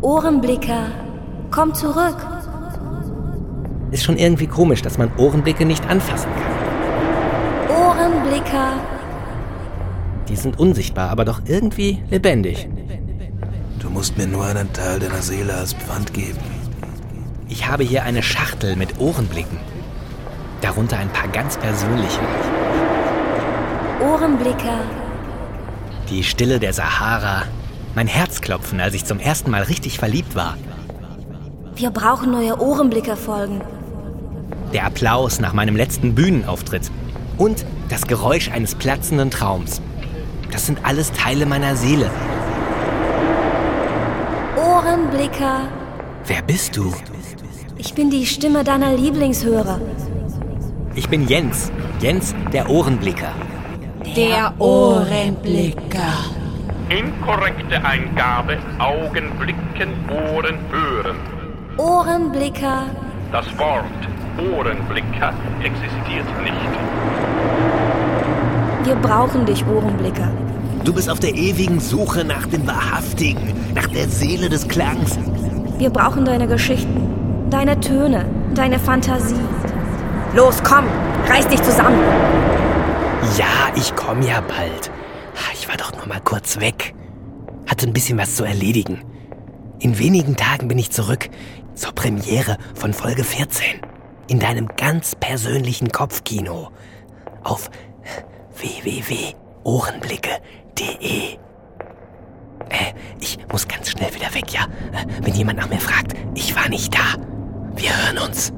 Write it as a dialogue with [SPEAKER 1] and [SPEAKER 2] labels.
[SPEAKER 1] Ohrenblicker, komm zurück.
[SPEAKER 2] Ist schon irgendwie komisch, dass man Ohrenblicke nicht anfassen kann.
[SPEAKER 1] Ohrenblicker,
[SPEAKER 2] Die sind unsichtbar, aber doch irgendwie lebendig.
[SPEAKER 3] Du musst mir nur einen Teil deiner Seele als Pfand geben.
[SPEAKER 2] Ich habe hier eine Schachtel mit Ohrenblicken. Darunter ein paar ganz persönliche.
[SPEAKER 1] Ohrenblicker,
[SPEAKER 2] Die Stille der Sahara. Mein Herzklopfen, als ich zum ersten Mal richtig verliebt war.
[SPEAKER 1] wir brauchen neue Ohrenblicker-Folgen.
[SPEAKER 2] Der Applaus nach meinem letzten Bühnenauftritt. Und das Geräusch eines platzenden Traums. Das sind alles Teile meiner Seele.
[SPEAKER 1] Ohrenblicker,
[SPEAKER 2] Wer bist du?
[SPEAKER 1] ich bin die Stimme deiner Lieblingshörer.
[SPEAKER 2] Ich bin Jens. Jens, der Ohrenblicker.
[SPEAKER 4] Der Ohrenblicker.
[SPEAKER 5] Inkorrekte Eingabe, Augen blicken, Ohren hören.
[SPEAKER 1] Ohrenblicker,
[SPEAKER 5] Das Wort Ohrenblicker existiert nicht.
[SPEAKER 1] wir brauchen dich, Ohrenblicker.
[SPEAKER 6] Du bist auf der ewigen Suche nach dem Wahrhaftigen, nach der Seele des Klangs.
[SPEAKER 1] Wir brauchen deine Geschichten, deine Töne, deine Fantasie. Los, komm, reiß dich zusammen.
[SPEAKER 2] Ja, ich komme ja bald. Ich war doch nur mal kurz weg. Hatte ein bisschen was zu erledigen. In wenigen Tagen bin ich zurück zur Premiere von Folge 14. In deinem ganz persönlichen Kopfkino. Auf www.ohrenblicke.de. Äh, ich Äh, muss ganz schnell wieder weg, ja? Wenn jemand nach mir fragt, ich war nicht da. Wir hören uns.